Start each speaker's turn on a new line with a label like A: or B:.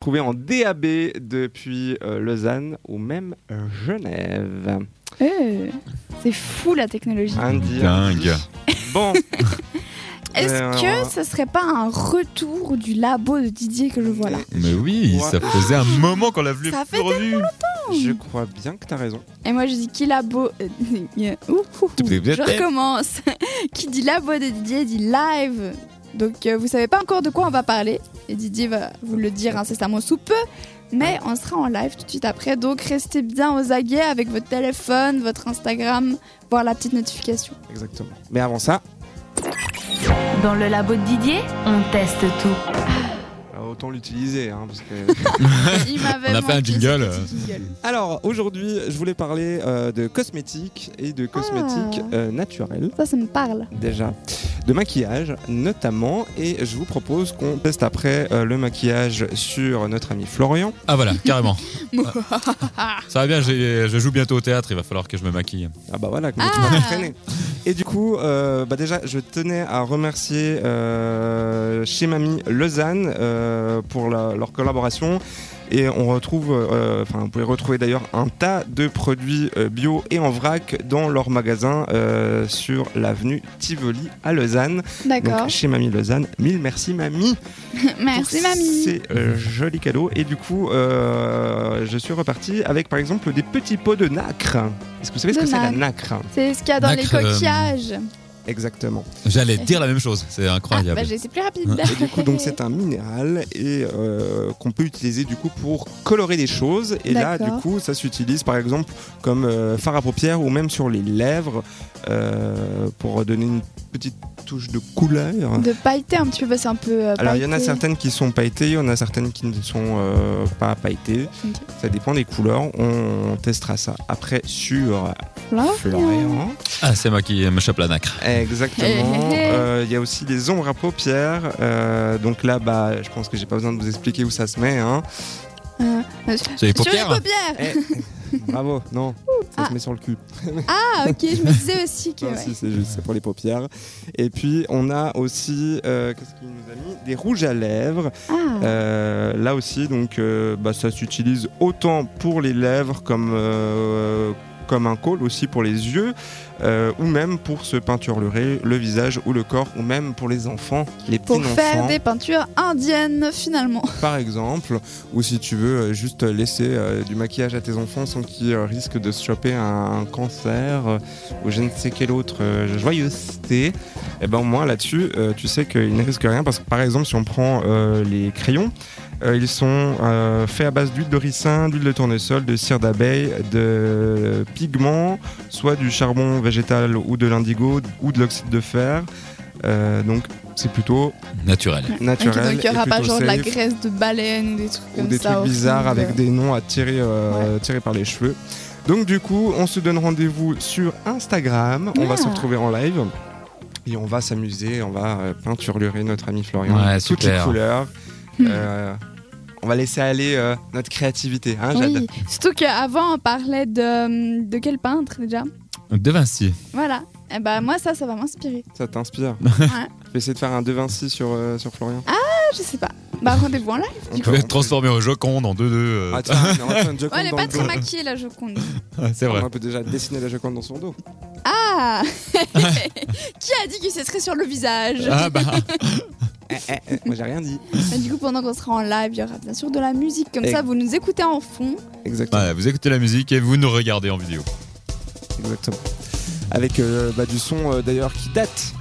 A: trouver en DAB depuis euh, Lausanne ou même euh, Genève.
B: Euh, c'est fou la technologie.
A: Indie,
C: Dingue.
A: indie. Bon.
B: Est-ce
A: Euh,
B: que ce serait pas un retour du labo de Didier que je vois là
C: Mais oui,
A: Ouais.
C: ça faisait un moment qu'on l'a vu.
B: Ça fait
C: revu.
A: Je crois bien que t'as raison.
B: Et moi je dis qui labo. euh, euh, ouh, ouh, ouh. je recommence. qui dit labo de Didier dit live. Donc euh, vous savez pas encore de quoi on va parler. Et Didier va vous le dire incessamment sous peu. Mais on sera en live tout de suite après. Donc restez bien aux aguets avec votre téléphone, votre Instagram, voir la petite notification.
A: Exactement. Mais avant ça,
D: Dans le labo de Didier, on teste tout.
A: euh, autant l'utiliser. hein, parce que...
B: Il m'avait
C: On a
B: manqué
C: fait un
B: ce
C: jingle. euh.
B: petit jingle.
A: Alors, aujourd'hui, je voulais parler euh, de cosmétiques et de cosmétiques euh, naturels.
B: Ça, ça me parle.
A: déjà, de maquillage notamment. Et je vous propose qu'on teste après euh, le maquillage sur notre ami Florian.
C: Ah voilà, carrément. Ça va bien, j'ai- je joue bientôt au théâtre, il va falloir que je me maquille.
A: Ah bah voilà, comme
B: Ah.
A: tu m'as traîné. Et du coup, euh, bah déjà, je tenais à remercier euh, chez Mamie Lausanne euh, pour la- leur collaboration. Et on retrouve, euh, enfin, vous pouvez retrouver d'ailleurs un tas de produits euh, bio et en vrac dans leur magasin euh, sur l'avenue Tivoli à Lausanne.
B: D'accord.
A: Donc chez Mamie Lausanne. Mille merci, Mamie.
B: Merci,
A: pour
B: mamie.
A: Ces euh, jolis cadeaux. Et du coup, euh, je suis reparti avec par exemple des petits pots de nacre. Est-ce que vous savez ce
B: De
A: que c'est la
B: nacre.
A: nacre
B: C'est ce qu'il y a dans les
C: Nacre, euh,
B: coquillages.
A: Exactement.
C: J'allais dire la même chose, c'est
B: Ah,
C: incroyable.
B: bah, j'ai- c'est plus rapide.
A: Et du coup, donc c'est un minéral et euh, qu'on peut utiliser du coup pour colorer des choses. Et là, du
B: D'accord.
A: coup, ça s'utilise par exemple comme euh, fard à paupières ou même sur les lèvres euh, pour donner une petite touche de couleur.
B: De pailleter un petit peu, parce que c'est un peu. euh,
A: Alors il y en a
B: pailleté.
A: certaines qui sont pailletées, il y en a certaines qui ne sont euh, pas pailletées.
B: Ok.
A: Ça dépend des couleurs. On testera ça après sur
B: Là.
A: Florian.
C: ah, c'est moi qui me chope la nacre.
A: Exactement.
B: Eh, eh, eh.
A: Euh, Il y a aussi des ombres à paupières. Euh, donc là, bah, je pense que j'ai pas besoin de vous expliquer où ça se met. Hein.
B: Euh,
C: C'est les
B: Sur les
C: paupières
B: paupières.
A: Eh, bravo. Non, ça se met sur le cul.
B: Ah, ok, je me disais aussi que.
A: Non,
B: ouais.
A: si, c'est juste, c'est pour les paupières. Et puis on a aussi, euh, qu'est-ce qu'il nous a mis Des rouges à lèvres.
B: Ah,
A: Euh, là aussi, donc, euh, bah, ça s'utilise autant pour les lèvres comme, euh, comme un col aussi pour les yeux, euh, ou même pour se peinturler le visage ou le corps, ou même pour les enfants, les petits
B: pour faire
A: enfants,
B: des peintures indiennes, finalement.
A: par exemple, ou si tu veux euh, juste laisser euh, du maquillage à tes enfants sans qu'ils euh, risquent de se choper un, un cancer euh, ou je ne sais quelle autre euh, joyeuseté, et ben au moins là-dessus, euh, tu sais qu'ils ne risquent rien parce que par exemple, si on prend euh, les crayons, euh, ils sont euh, faits à base d'huile de ricin, d'huile de tournesol, de cire d'abeille, de pigments, soit du charbon végétal ou de l'indigo ou de l'oxyde de fer. Euh, donc c'est plutôt
C: Naturel.
A: naturel.
B: Ok, donc il n'y
A: et
B: aura pas
A: plutôt
B: genre de la
A: safe
B: graisse de baleine ou des trucs
A: ou
B: comme
A: des
B: ça.
A: trucs
B: horribles.
A: bizarres avec des noms à tirer, euh, tirer par les cheveux. Donc du coup, on se donne rendez-vous sur Instagram. On va
B: Ah.
A: se retrouver en live et on va s'amuser. On va euh, peinturer notre ami Florian.
C: Ouais,
A: Toutes les
C: super.
A: couleurs.
B: Hmm.
A: Euh, on va laisser aller euh, notre créativité, hein, Jade
B: Oui, surtout qu'avant on parlait de, de quel peintre déjà
C: Donc De Vinci.
B: Voilà. Et bah moi ça, ça va m'inspirer.
A: Ça t'inspire Je vais essayer de faire un De Vinci sur, euh, sur Florian.
B: Ah, je sais pas. Bah rendez-vous en live.
A: On
C: Tu
A: peut-
C: peux
A: on
C: être transformé en Joconde en 2-2.
A: peut-
C: euh.
A: Ah, tiens, on aura fait un Joconde
B: Ouais, elle est
A: dans
B: pas
A: le
B: très
A: dos.
B: maquillée là, je compte.
C: c'est vrai.
A: On peut déjà dessiner la Joconde dans son dos.
B: Ah Qui a dit que ce serait sur le visage
C: Ah bah,
A: Eh, eh, eh, moi j'ai rien dit.
B: Et Du coup, pendant qu'on sera en live, il y aura bien sûr de la musique. Comme
A: Et-
B: ça, vous nous écoutez en fond.
A: Exactement.
C: voilà, vous écoutez la musique et vous nous regardez en vidéo.
A: Exactement. Avec euh, bah, du son euh, d'ailleurs qui date